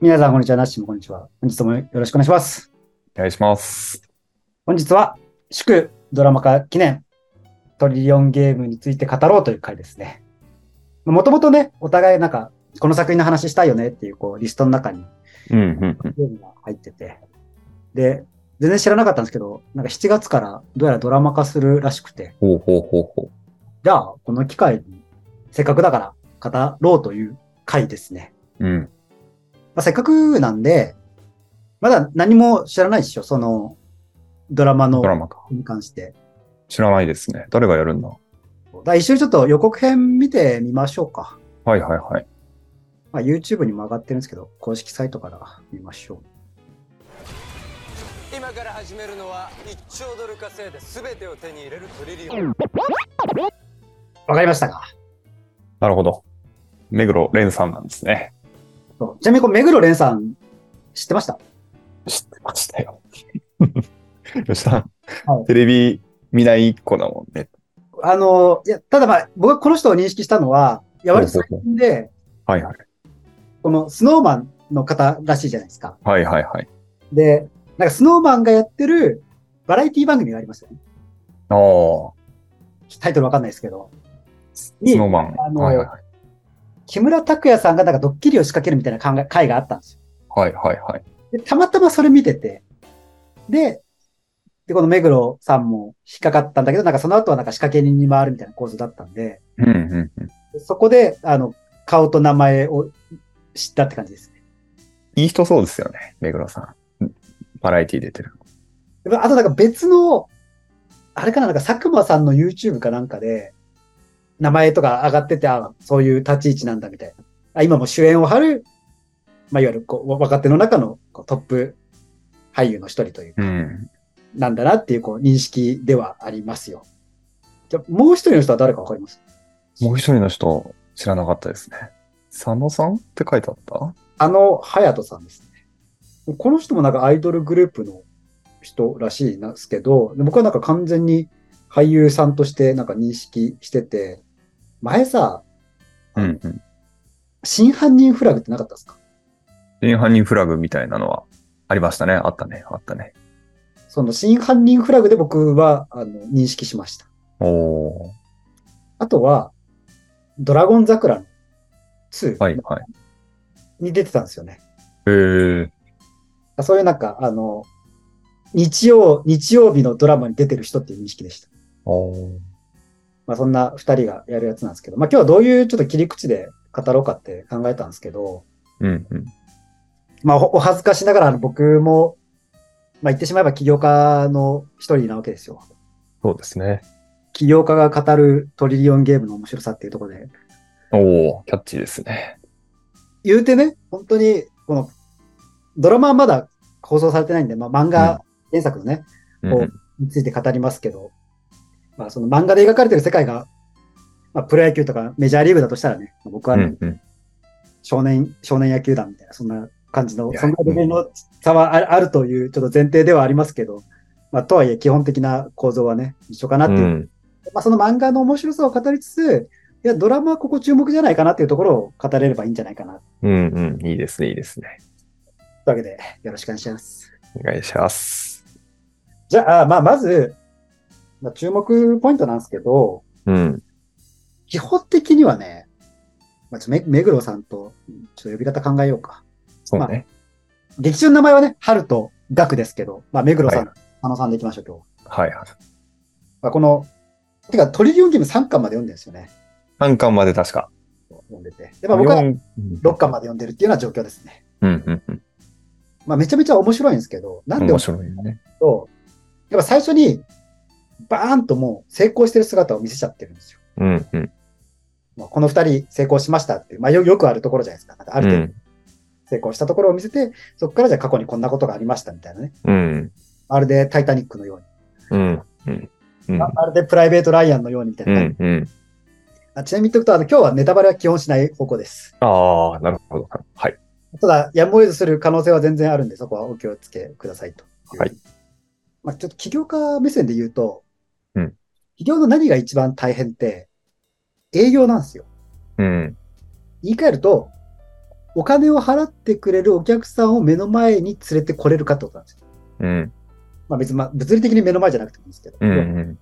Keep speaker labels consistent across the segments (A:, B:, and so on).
A: 皆さん、こんにちは。なっしーもこんにちは。本日もよろしくお願いします。
B: お願いします。
A: 本日は、祝ドラマ化記念、トリリオンゲームについて語ろうという回ですね。もともとね、お互いなんか、この作品の話したいよねっていう、こう、リストの中に
B: うんうんうん。
A: ゲームが入ってて。で、全然知らなかったんですけど、なんか7月からどうやらドラマ化するらしくて、
B: ほうほうほうほ
A: じゃあ、この機会に、せっかくだから語ろうという回ですね。
B: う。うん。
A: まあ、せっかくなんで、まだ何も知らないでしょ、その、ドラマの
B: ド、ラマか。
A: に関して。
B: 知らないですね。誰がやるんだ
A: だから一瞬ちょっと予告編見てみましょうか。
B: はいはいはい。
A: まあ、YouTube にも上がってるんですけど、公式サイトから見ましょう。
C: 今から始めるのは1兆ドル稼いで全てを手に入れるトリリオン
A: わかりましたか
B: なるほど。目黒蓮さんなんですね。
A: そうちなみにこう、目黒蓮さん、知ってました
B: 知ってましたよ。 吉田、
A: はい
B: テレビ見ない子だもんね。
A: あの、いや、ただまあ、僕はこの人を認識したのは、いや、割と最近で、
B: はいはい。
A: このスノーマンの方らしいじゃないですか。
B: はいはいはい。
A: で、なんかスノーマンがやってるバラエティ番組がありますよね。
B: ああ。
A: タイトルわかんないですけど。
B: ス
A: に
B: ノーマン。
A: あの
B: はいはいはい
A: 木村拓哉さんがなんかドッキリを仕掛けるみたいな考え回があったんですよ。
B: はいはいはい。
A: で、たまたまそれ見てて、で、で、この目黒さんも引っかかったんだけど、なんかその後はなんか仕掛け人に回るみたいな構図だったんで、
B: うんうんうん。
A: でそこで、あの、顔と名前を知ったって感じですね。
B: いい人そうですよね。目黒さん。バラエティ出てる。
A: であとなんか別の、あれかな、なんか佐久間さんの YouTube かなんかで、名前とか上がってて、あそういう立ち位置なんだみたいな。あ今も主演を張る、まあ、いわゆるこう若手の中のこうトップ俳優の一人という
B: うん。
A: なんだなっていうこう認識ではありますよ。じゃあもう一人の人は誰かわかります
B: もう一人の人、知らなかったですね。佐野さんって書いてあった
A: あの、隼人さんですね。この人もなんかアイドルグループの人らしいんですけど、僕はなんか完全に俳優さんとしてなんか認識してて、前さ、
B: うんうん。
A: 真犯人フラグってなかったですか
B: 真犯人フラグみたいなのはありましたね。あったね。あったね。
A: その真犯人フラグで僕はあの認識しました。
B: おお
A: あとは、ドラゴン桜の
B: ー。はい
A: 2
B: はい。
A: に出てたんですよね。
B: へー
A: そういうなんか、あの、日曜、日曜日のドラマに出てる人っていう認識でした。
B: おー
A: まあそんな二人がやるやつなんですけど、まあ今日はどういうちょっと切り口で語ろうかって考えたんですけど、
B: うんうん。
A: まあおお恥ずかしながらあの僕も、まあ言ってしまえば起業家の一人なわけですよ。
B: そうですね。
A: 起業家が語るトリリオンゲームの面白さっていうところで、
B: おおキャッチーですね。
A: 言うてね、本当にこのドラマはまだ放送されてないんで、まあ漫画原作のね、
B: うん
A: こ
B: う
A: うについて語りますけど、まあ、その漫画で描かれてる世界が、まあ、プロ野球とかメジャーリーグだとしたらね、僕は
B: んう
A: ね、
B: んうん。
A: 少年、少年野球団みたいな、そんな感じの
B: い、や
A: そんなレベルの差はああるという、ちょっと前提ではありますけど、まあ、とはいえ基本的な構造はね、一緒かなっていう。
B: うん
A: まあ、その漫画の面白さを語りつつ、いや、ドラマはここ注目じゃないかなっていうところを語れればいいんじゃないかな。とい
B: うんうん。いいですね。いいですね。
A: うわけで、よろしくお願いします。
B: お願いします。
A: じゃあ、まあ、まず、まあ、注目ポイントなんですけど、
B: うん。
A: 基本的にはね、まあ、ちょめ目黒さんとちょっと呼び方考えようか。
B: そうね。
A: 劇中の名前はね、春とガクですけど、まあ、目黒さん、
B: は
A: 佐野さんでいきましょう、今日。
B: はいはい。
A: まあ、この、てか、トリリオンゲーム3巻まで読んでるんですよね。
B: 3巻まで確か。
A: 読んでて。で、まあ、僕は
B: 四
A: 6巻まで読んでるっていうような状況ですね。
B: うんうんうん。
A: まあ、めちゃめちゃ面白いんですけど、なんで
B: 面
A: 面白い
B: 白いよね。
A: と、やっぱ最初に、バーンともう成功してる姿を見せちゃってるんですよ。
B: うんうん。
A: まあ、この2人成功しましたっていう、まあよ、よくあるところじゃないですか。なんかあ
B: あ
A: る程度成功したところを見せて、そこからじゃあ過去にこんなことがありましたみたいなね。
B: うん。
A: まるでタイタニックのように、
B: うん。うん。うん。
A: まるでプライベート・ライアンのようにみたいうな、
B: ん。うん。
A: あちなみに言っておくとあの、今日はネタバレは基本しない方向です。
B: ああ、なるほど。はい。
A: ただ、やむを得ずする可能性は全然あるんで、そこはお気をつけくださいとう
B: はい。
A: まあ、ちょっと起業家目線で言うと、
B: うん
A: 起業の何が一番大変って、営業なんですよ。
B: うん。
A: 言い換えると、お金を払ってくれるお客さんを目の前に連れてこれるかってことなんですよ。
B: うん。
A: まあ別に、まあ、物理的に目の前じゃなくてもいいんですけど、
B: うんうん。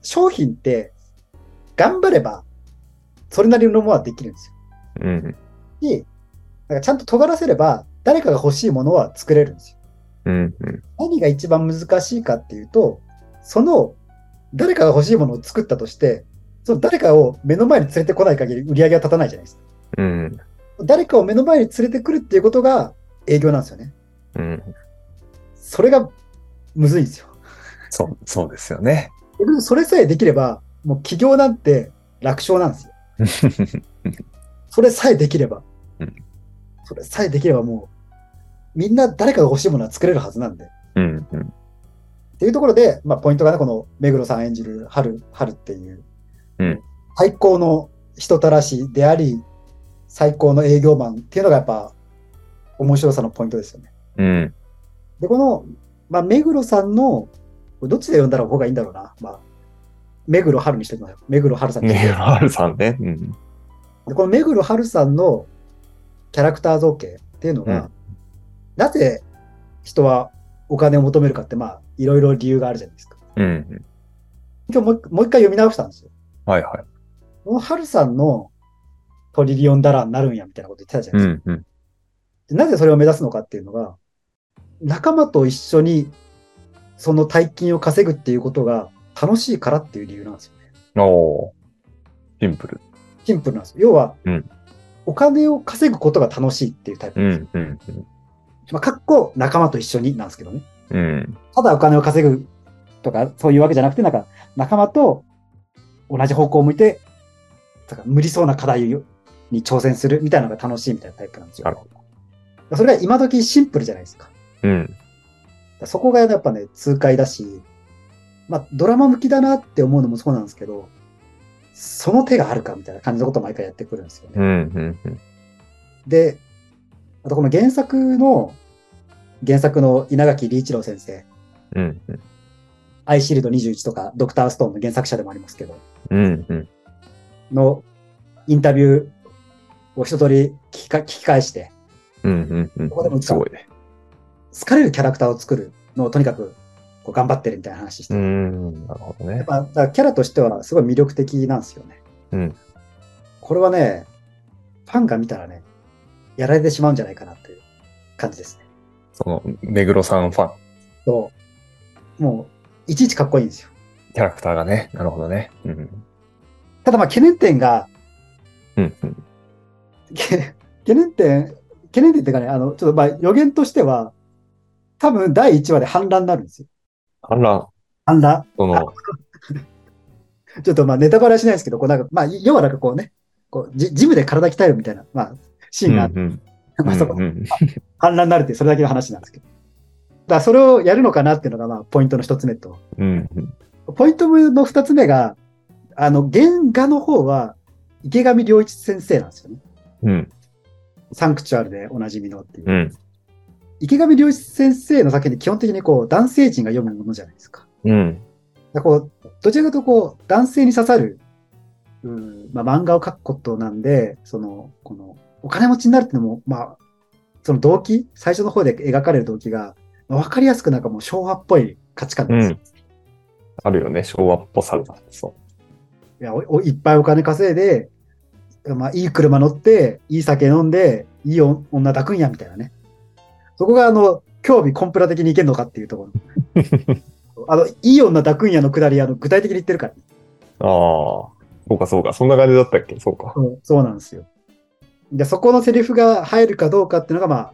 A: 商品って頑張ればそれなりのものはできるんです
B: うん。
A: よ。し、なんかちゃんと尖らせれば誰かが欲しいものは作れるんですよ。
B: うん。
A: 何が一番難しいかっていうと、その誰かが欲しいものを作ったとして、その誰かを目の前に連れてこない限り売り上げは立たないじゃないですか。
B: うん。
A: 誰かを目の前に連れてくるっていうことが営業なんですよね。
B: うん。
A: それがむずいんですよ。
B: そう、そうですよね。
A: 僕それさえできれば、もう起業なんて楽勝なんですよ。 それさえできれば
B: うん。
A: それさえできればもう、みんな誰かが欲しいものは作れるはずなんで。
B: うん。うん。
A: っていうところで、まあ、ポイントがね、この目黒さん演じる春、春っていう、
B: うん
A: 最高の人たらしであり、最高の営業マンっていうのがやっぱ、面白さのポイントですよね。
B: うん。
A: で、この、まあ、目黒さんの、これどっちで呼んだら方がいいんだろうな。まあ、目黒春にしておきましょう。目黒春さんにし
B: ね
A: て
B: え、R さんね。うん。
A: でこの目黒春さんのキャラクター造形っていうのが、
B: うん
A: なぜ人はお金を求めるかって、まあ、いろいろ理由があるじゃないですか。
B: うん。
A: 今日もうもう一回読み直したんですよ。
B: はいはい。
A: この春さんのトリリオンダラーになるんやみたいなこと言ってたじゃな
B: う
A: いですか。
B: ん。うん。
A: でなぜそれを目指すのかっていうのが、仲間と一緒にその大金を稼ぐっていうことが楽しいからっていう理由なんですよね。
B: おー。シンプル。
A: シンプルなんですよ。要は、
B: うん
A: お金を稼ぐことが楽しいっていうタイプ
B: う
A: なんですよ。
B: ん。うん。
A: まあ、かっこ仲間と一緒になんですけどね。
B: うん。
A: ただお金を稼ぐとかそういうわけじゃなくて、なんか仲間と同じ方向を向いて、とか無理そうな課題に挑戦するみたいなのが楽しいみたいなタイプなんですよ。
B: なるほ
A: それが今時シンプルじゃないですか。だか
B: うん。
A: らそこがやっぱね、痛快だし、まあドラマ向きだなって思うのもそうなんですけど、その手があるかみたいな感じのことを毎回やってくるんですよね。
B: うん。うん。
A: で、あとこの原作の、原作の稲垣理一郎先生、
B: うん。
A: アイシールド21とか、ドクターストーンの原作者でもありますけど、
B: うん。うん。
A: のインタビューを一通り聞きか聞き返して、
B: うん。うん。すごいね。
A: 好かれるキャラクターを作るのをとにかくこう頑張ってるみたいな話して、
B: うん。なるほど
A: や
B: ね
A: っ。ぱだからキャラとしてはすごい魅力的なんですよね。
B: うん
A: これはね、ファンが見たらね、やられてしまうんじゃないかなっていう感じですね。
B: その、目黒さんファン、
A: ともう、いちいちかっこいいんですよ。
B: キャラクターがね。なるほどね。うん。
A: ただまあ懸念点が、
B: うん。うん。
A: け懸念点、懸念点っていうかね、あの、ちょっとまあ予言としては、多分第1話で反乱になるんですよ。
B: あら、
A: 反乱。
B: その、
A: ちょっとまあネタバレはしないですけど、こうなんか、まあ、要はなんかこうね、こうジジムで体鍛えるみたいな、まあ、シーンがあって、
B: ん。
A: まあそこ、
B: ん。
A: 反乱になるっていうそれだけの話なんですけど。だからそれをやるのかなっていうのが、まあ、ポイントの一つ目と。
B: うん。
A: ポイントの二つ目が、あの、原画の方は、池上良一先生なんですよね。
B: うん。
A: サンクチュアルでおなじみのっていう。
B: うん。
A: 池上良一先生の作品って基本的にこう、男性陣が読むものじゃないですか。
B: うん。
A: だからこうどちらかというとこう男性に刺さる、うんまあ、漫画を描くことなんでそのこのお金持ちになるっていうのも、まあ、その動機最初の方で描かれる動機が、まあ、分かりやすくなんかもう昭和っぽい価値観なん
B: う
A: です
B: ん。あるよね、昭和っぽさが。そ
A: いやおおいっぱいお金稼いで、まあ、いい車乗っていい酒飲んでいいお女抱くんやみたいなねそこがあの興味コンプラ的にいけるのかっていうとこ ろあのいい女抱くんやのくだりあの具体的に言ってるから
B: う。ああ。そうか、そうか。そんな感じだったっけそうか。
A: そうそうなんですよ。で、そこのセリフが入るかどうかっていうのが、まあ、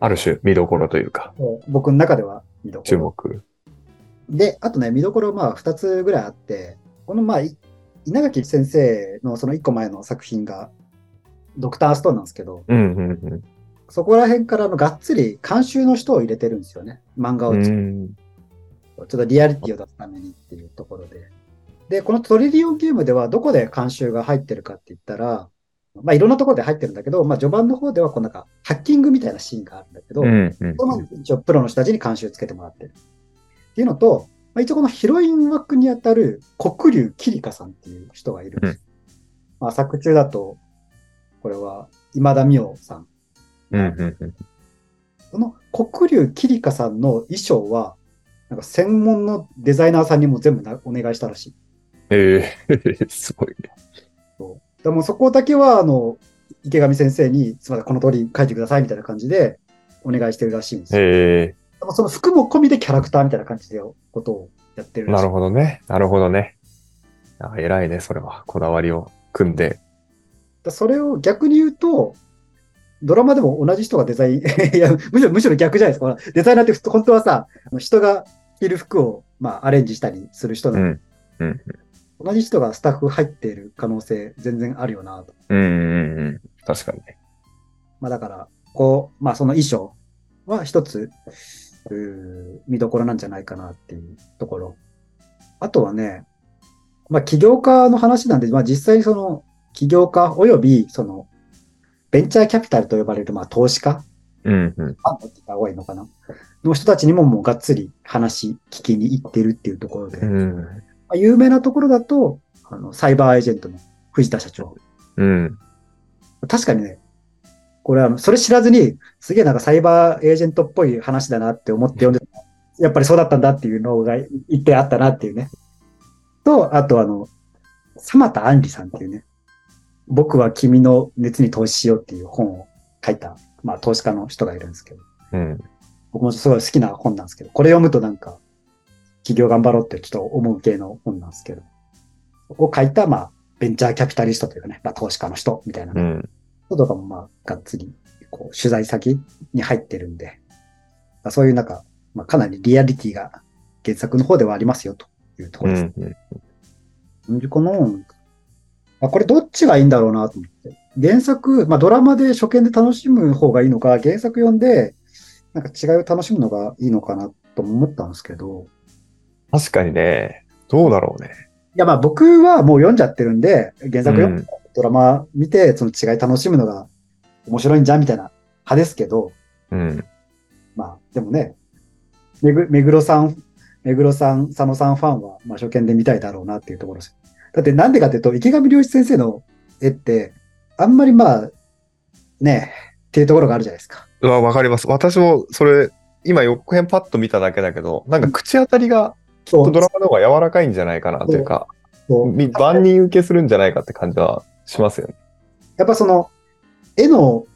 B: ある種、見どころというか、
A: 僕の中では見どこ
B: 注
A: ろ。
B: 目。
A: で、あとね、見どころ、まあ、2つぐらいあって、この、まあ、い稲垣先生のその1個前の作品が、ドクターストーンなんですけど、
B: うん、うん、
A: そこら辺からあのがっつり監修の人を入れてるんですよね。漫画
B: う
A: を
B: ん。
A: ち
B: うん。
A: ょっとリアリティを出すためにっていうところで。で、このトリリオンゲームではどこで監修が入ってるかって言ったら、まあいろんなところで入ってるんだけど、まあ序盤の方ではこうなんかハッキングみたいなシーンがあるんだけど、
B: うん、うん
A: それも一応プロの人たちに監修つけてもらってる。っていうのと、まあ、一応このヒロイン枠にあたる黒龍キリカさんっていう人がいるんです。まあ作中だと、これは今田美桜さん。
B: うん、うん、うん。
A: この黒龍キリカさんの衣装は、なんか専門のデザイナーさんにも全部なお願いしたらしい。
B: ええ すごい。
A: でもそこだけは、あの、池上先生に、すみません、この通り書いてくださいみたいな感じでお願いしてるらしいんですよ。
B: え
A: でもその服も込みでキャラクターみたいな感じでことをやってる
B: え
A: らし
B: ないるほどね。なるほどね。あ偉いね、それは。こだわりを組んで。
A: だそれを逆に言うと、ドラマでも同じ人がデザイン、 いや、むしろ、むしろ逆じゃないですか。ほらデザイナーってふと本当はさ、あの人が着る服を、まあ、アレンジしたりする人
B: う
A: なの、
B: ん。
A: 同じ人がスタッフ入っている可能性全然あるよなと。
B: うん、うん、うん。確かにね。
A: まあ、だから、こう、まあ、その衣装は一つ、うー見どころなんじゃないかなっていうところ。あとはね、まあ、起業家の話なんで、まあ、実際その、起業家および、その、ベンチャーキャピタルと呼ばれる、まあ、投資家
B: うん、うん。
A: ファンって言った方がいいのかなの人たちにももうがっつり話聞きに行ってるっていうところで、
B: う
A: ま
B: ん。
A: あ、有名なところだとあの、サイバーエージェントの藤田社長。
B: うん。
A: 確かにね、これはそれ知らずに、すげえなんかサイバーエージェントっぽい話だなって思って読んでたやっぱりそうだったんだっていうのが一定あったなっていうね。と、あとあの、様田杏里さんっていうね、僕は君の熱に投資しようっていう本を書いた、まあ投資家の人がいるんですけど、
B: うん。
A: 僕もすごい好きな本なんですけど、これ読むとなんか、企業頑張ろうってちょっと思う系の本なんですけど、を書いた、まあ、ベンチャーキャピタリストというかね、まあ、投資家の人みたいな
B: うん。
A: 人とかも、まあ、がっつり、こう、取材先に入ってるんで、まあそういうなんか、まあ、かなりリアリティが原作の方ではありますよというとこ
B: う
A: ろです。
B: ん。うん
A: うん、この、あ、これどっちがいいんだろうなと思って。原作、まあドラマで初見で楽しむ方がいいのか、原作読んで、なんか違いを楽しむのがいいのかなとも思ったんですけど、
B: 確かにね。どうだろうね。
A: いやまあ僕はもう読んじゃってるんで、原作読ん
B: うん
A: ドラマ見て、その違い楽しむのが面白いんじゃんみたいな派ですけど、
B: うん。
A: まあでもね、めぐ、目黒さん、目黒さん、佐野さんファンは、まあ初見で見たいだろうなっていうところです。だってなんでかっていうと、池上良一先生の絵って、あんまりまあ、ねえ、っていうところがあるじゃないですか。
B: うわ、わかります。私も、それ、今横編パッと見ただけだけど、なんか口当たりが、
A: そ
B: ドラマの方が柔らかいんじゃないかなというか、
A: そう
B: み万人受けするんじゃないかって感じはしますよね。
A: やっぱその、絵の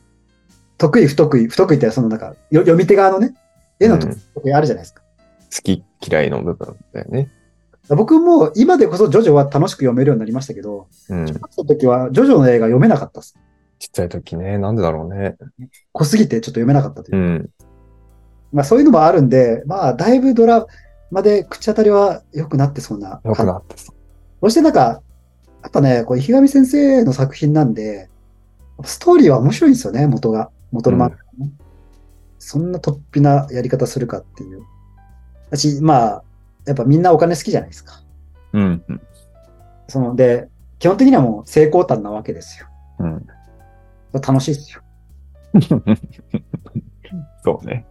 A: 得意不得意、不得意ってそのなんか、よ読み手側のね、絵の得意不得意あるじゃないですか。
B: 好き嫌いの部分だよね。
A: 僕も今でこそジョジョは楽しく読めるようになりましたけど、
B: うん。ち
A: 小学生の時はジョジョの絵が読めなかったです。
B: っちゃい時ね、なんでだろうね。
A: 濃すぎてちょっと読めなかったという
B: う。ん。
A: まあそういうのもあるんで、まあだいぶドラマで口当たりは良くなってそうな。
B: よくなってそ
A: そしてなんか、やっぱね、こう、池上先生の作品なんで、ストーリーは面白いんですよね、元が。元の漫画ね、そんな突飛なやり方するかっていう。私、まあ、やっぱみんなお金好きじゃないですか。
B: う。うん。うん
A: その、で、基本的にはもう成功端なわけですよ。
B: うん。
A: 楽しいですよ。
B: そうね。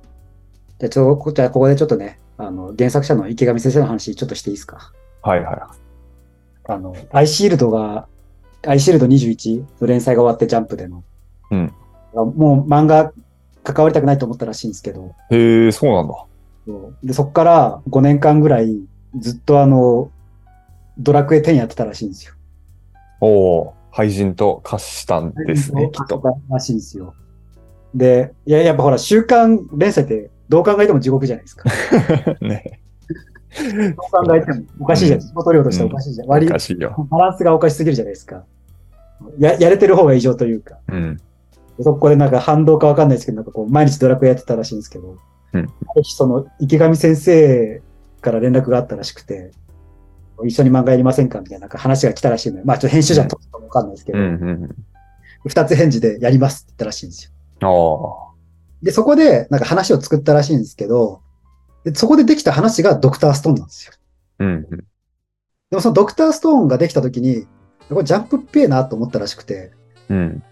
A: じゃあ、ちょ、じゃあここでちょっとね、あの、原作者の池上先生の話、ちょっとしていいですか。
B: はいはいは
A: あの、アイシールドが、アイシールド21の連載が終わってジャンプでの。
B: うん
A: もう漫画関わりたくないと思ったらしいんですけど、
B: い。へえ、そうなんだ。
A: でそこから5年間ぐらいずっとあの、ドラクエ10やってたらしいんですよ。
B: おお、廃人と化したんですね、きっ と。。
A: らしいんですよ。で、いや、やっぱほら、週刊連載ってどう考えても地獄じゃないです か。
B: ね。
A: どう考えてもおかしいじゃん。仕事量としておかしいじゃん。割
B: お
A: り
B: かしいよ。
A: バランスがおかしすぎるじゃないですか。や、やれてる方が異常というか。
B: うん。
A: そこでなんか反動かわかんないですけど、なんかこう、毎日ドラクエやってたらしいんですけど、
B: うん
A: ある日その、池上先生から連絡があったらしくて、一緒に漫画やりませんかみたいななんか話が来たらしいのよ。まあちょっと編集者とかもわかんないですけ
B: う
A: ど、
B: んうん
A: 二、つ返事でやりますって言ったらしいんですよ。
B: うん。あ
A: で、そこでなんか話を作ったらしいんですけど、でそこでできた話がドクターストーンなんですよ。
B: あ。うんうん。
A: でもそのドクターストーンができた時に、これジャンプっぺえなと思ったらしくて、
B: うん。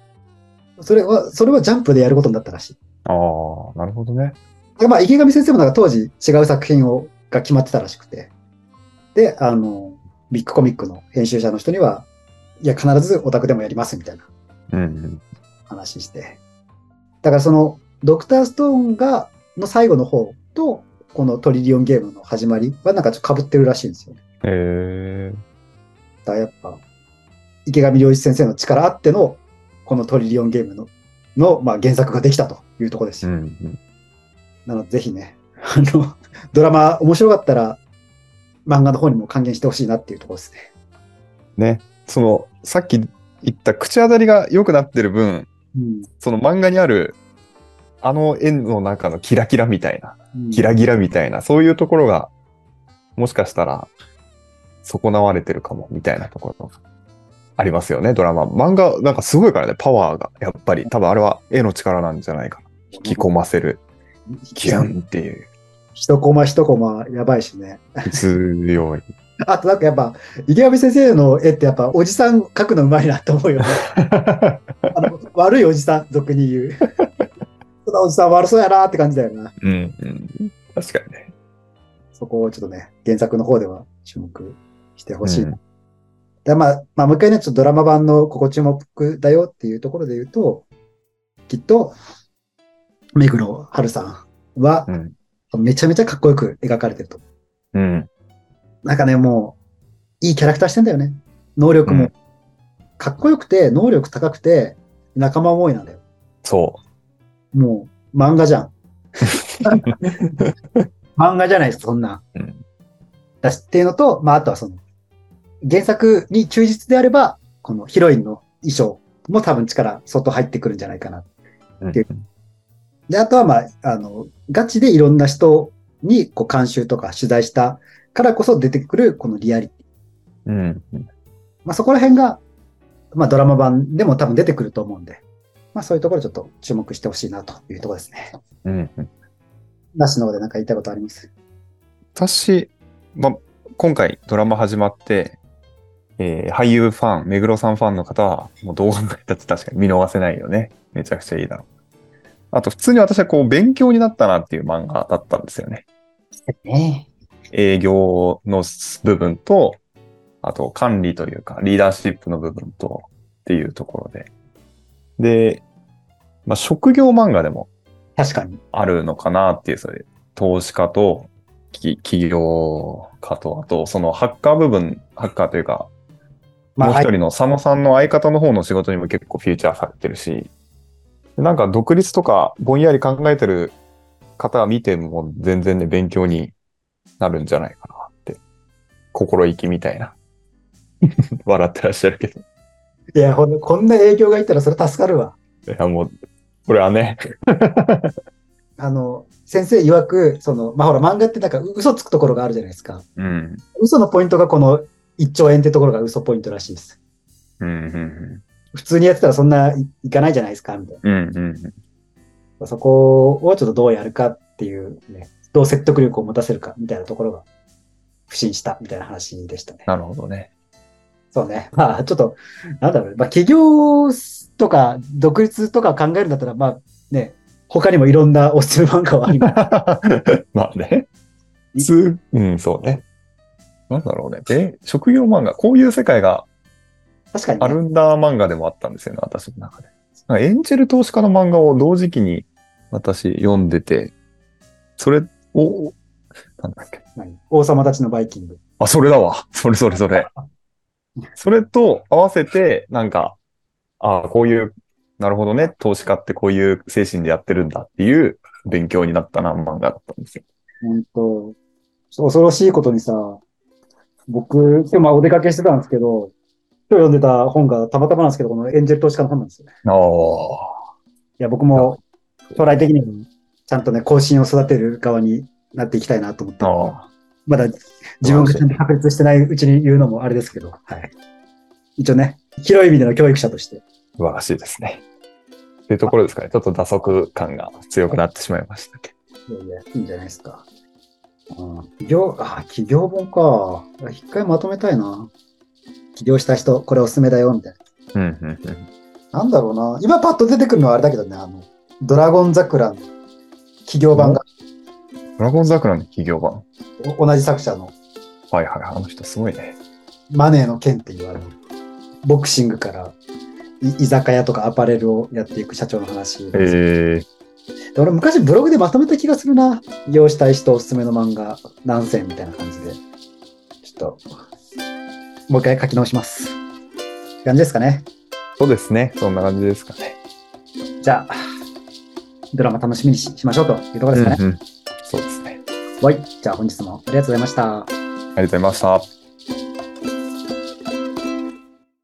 A: それは、それはジャンプでやることになったらしい。
B: ああ、なるほどね。
A: でまあ、池上先生もなんか当時違う作品をが決まってたらしくて。で、あの、ビッグコミックの編集者の人には、いや、必ずオタクでもやりますみたいな
B: うんうん。
A: 話して。だからその、ドクターストーンが、の最後の方と、このトリリオンゲームの始まりはなんかちょっと被ってるらしいんですよね。
B: え
A: だからやっぱ、池上良一先生の力あっての、このトリリオンゲームの、の、まあ原作ができたというところです
B: う
A: よ。
B: んうん。
A: なので、ぜひね、あの、ドラマ面白かったら、漫画の方にも還元してほしいなっていうところですね。
B: ね。その、さっき言った口当たりが良くなってる分、
A: うん
B: その漫画にある、あの絵の中のキラキラみたいな、
A: うん。
B: ギラギラみたいな、そういうところが、もしかしたら、損なわれてるかも、みたいなところありますよね、ドラマ。漫画、なんかすごいからね、パワーが。やっぱり、多分あれは絵の力なんじゃないかな。引き込ませる、ギュンっていう、
A: 一コマ一コマやばいしね。
B: 強い。
A: あとなんかやっぱ、池上先生の絵ってやっぱおじさん描くのうまいなって思 うよね。あの悪いおじさん、俗に言う。そんなおじさん悪そうやなって感じだよな。
B: うん、うん。確かにね。
A: そこをちょっとね、原作の方では注目してほしい。
B: うん
A: でまあ、まあ、もう一回ね、ちょっとドラマ版のここ注目だよっていうところで言うと、きっと、目黒春さんは
B: うん、
A: めちゃめちゃかっこよく描かれてると。
B: うん。
A: なんかね、もう、いいキャラクターしてんだよね。能力も。
B: うん
A: かっこよくて、能力高くて、仲間思いなんだよ。
B: そ
A: もう、漫画じ ゃん。漫画じゃないです、そんな。
B: うん
A: だしっていうのと、まあ、あとはその、原作に忠実であれば、このヒロインの衣装も多分力相当入ってくるんじゃないかな。
B: う。うん
A: でで、あとはまあ、あの、ガチでいろんな人にこう監修とか取材したからこそ出てくるこのリアリティ
B: うん。
A: まあ、そこら辺が、まあ、ドラマ版でも多分出てくると思うんで、まあ、そういうところちょっと注目してほしいなというところですね。
B: うん。
A: なしの方で何か言いたいことあります
B: 私、まあ、今回ドラマ始まって、えー俳優ファン、目黒さんファンの方は、もう動画のたって確かに見逃せないよね。めちゃくちゃいいだろう。あと、普通に私はこう、勉強になったなっていう漫画だったんですよね。
A: ね
B: 営業の部分と、あと、管理というか、リーダーシップの部分と、っていうところで。で、まあ、職業漫画でも
A: 確かに。
B: あるのかなっていう、それ、投資家と、き企業家と、あと、そのハッカー部分、ハッカーというか、
A: ま
B: もう一
A: あ、
B: 人の佐野さんの相方の方の仕事にも結構フィーチャーされてるし、なんか独立とかぼんやり考えてる方は見ても全然ね、勉強になるんじゃないかなって、心意気みたいな。笑ってらっしゃるけど。
A: いや、ほんこんな営業がいたらそれ助かるわ。
B: いや、もう、これはね、
A: あの、先生曰く、その、まあ、ほら、漫画ってなんか嘘つくところがあるじゃないですか。
B: うん、
A: 嘘のポイントがこの1兆円ってところが嘘ポイントらしいです。
B: うん、うん
A: 普通にやってたらそんないいかないじゃないですか、みたい
B: うん、うん、うん、
A: な。そこをちょっとどうやるかっていうね、どう説得力を持たせるかみたいなところが、不審したみたいな話でしたね。
B: なるほどね。
A: そうね。まあ、ちょっと、なんだろうね。まあ、企業とか、独立とか考えるんだったら、まあね、他にもいろんなおすすめ漫画はあります。
B: まあね。普通、うん、そうね。なんだろうね。で、職業漫画、こういう世界が
A: 確かに、ね。
B: あるんだ漫画でもあったんですよね、私の中で。なんかエンジェル投資家の漫画を同時期に私読んでて、それを、なんだっけ。
A: 何王様たちのバイキング。
B: あ、それだわ。それそれそれ。それと合わせて、なんか、ああ、こういう、なるほどね、投資家ってこういう精神でやってるんだっていう勉強になったな、漫画だったんですよ。
A: 本当ちょっと恐ろしいことにさ、僕、今日まあお出かけしてたんですけど、今日読んでた本がたまたまなんですけど、このエンジェル投資家の本なんですよ。い
B: ああ。
A: や、僕も将来的にもちゃんとね、後進を育てる側になっていきたいなと思って、
B: ああ。
A: まだ自分がちゃんと確立してないうちに言うのもあれですけど、はい。一応ね、広い意味での教育者として。
B: 素晴らしいですね。というところですかね。ちょっと打足感が強くなってしまいましたけ
A: いやいや、いいんじゃないですか。うん、企業、あ、企業本か。一回まとめたいな。起業した人、これおすすめだよ、みたい
B: ど。うんうんうん。
A: な。なんだろうな。今パッと出てくるのはあれだけどね、あの、ドラゴン桜の企業版が、
B: ドラゴン桜の企業版。
A: お同じ作者の
B: はいはい。あの人すごいね。
A: マネーの剣っていうあの、ボクシングからい居酒屋とかアパレルをやっていく社長の話なんですよ
B: え
A: で俺昔ブログでまとめた気がするな。利用したい人おすすめの漫画何選みたいな感じで。ちょっと、もう一回書き直します。感じですかね。
B: そうですね。そんな感じですかね。
A: じゃあ、ドラマ楽しみにししましょうというところですかね。
B: うんうんそうですね。
A: はい。じゃあ本日もありがとうございました。
B: ありがとうございました。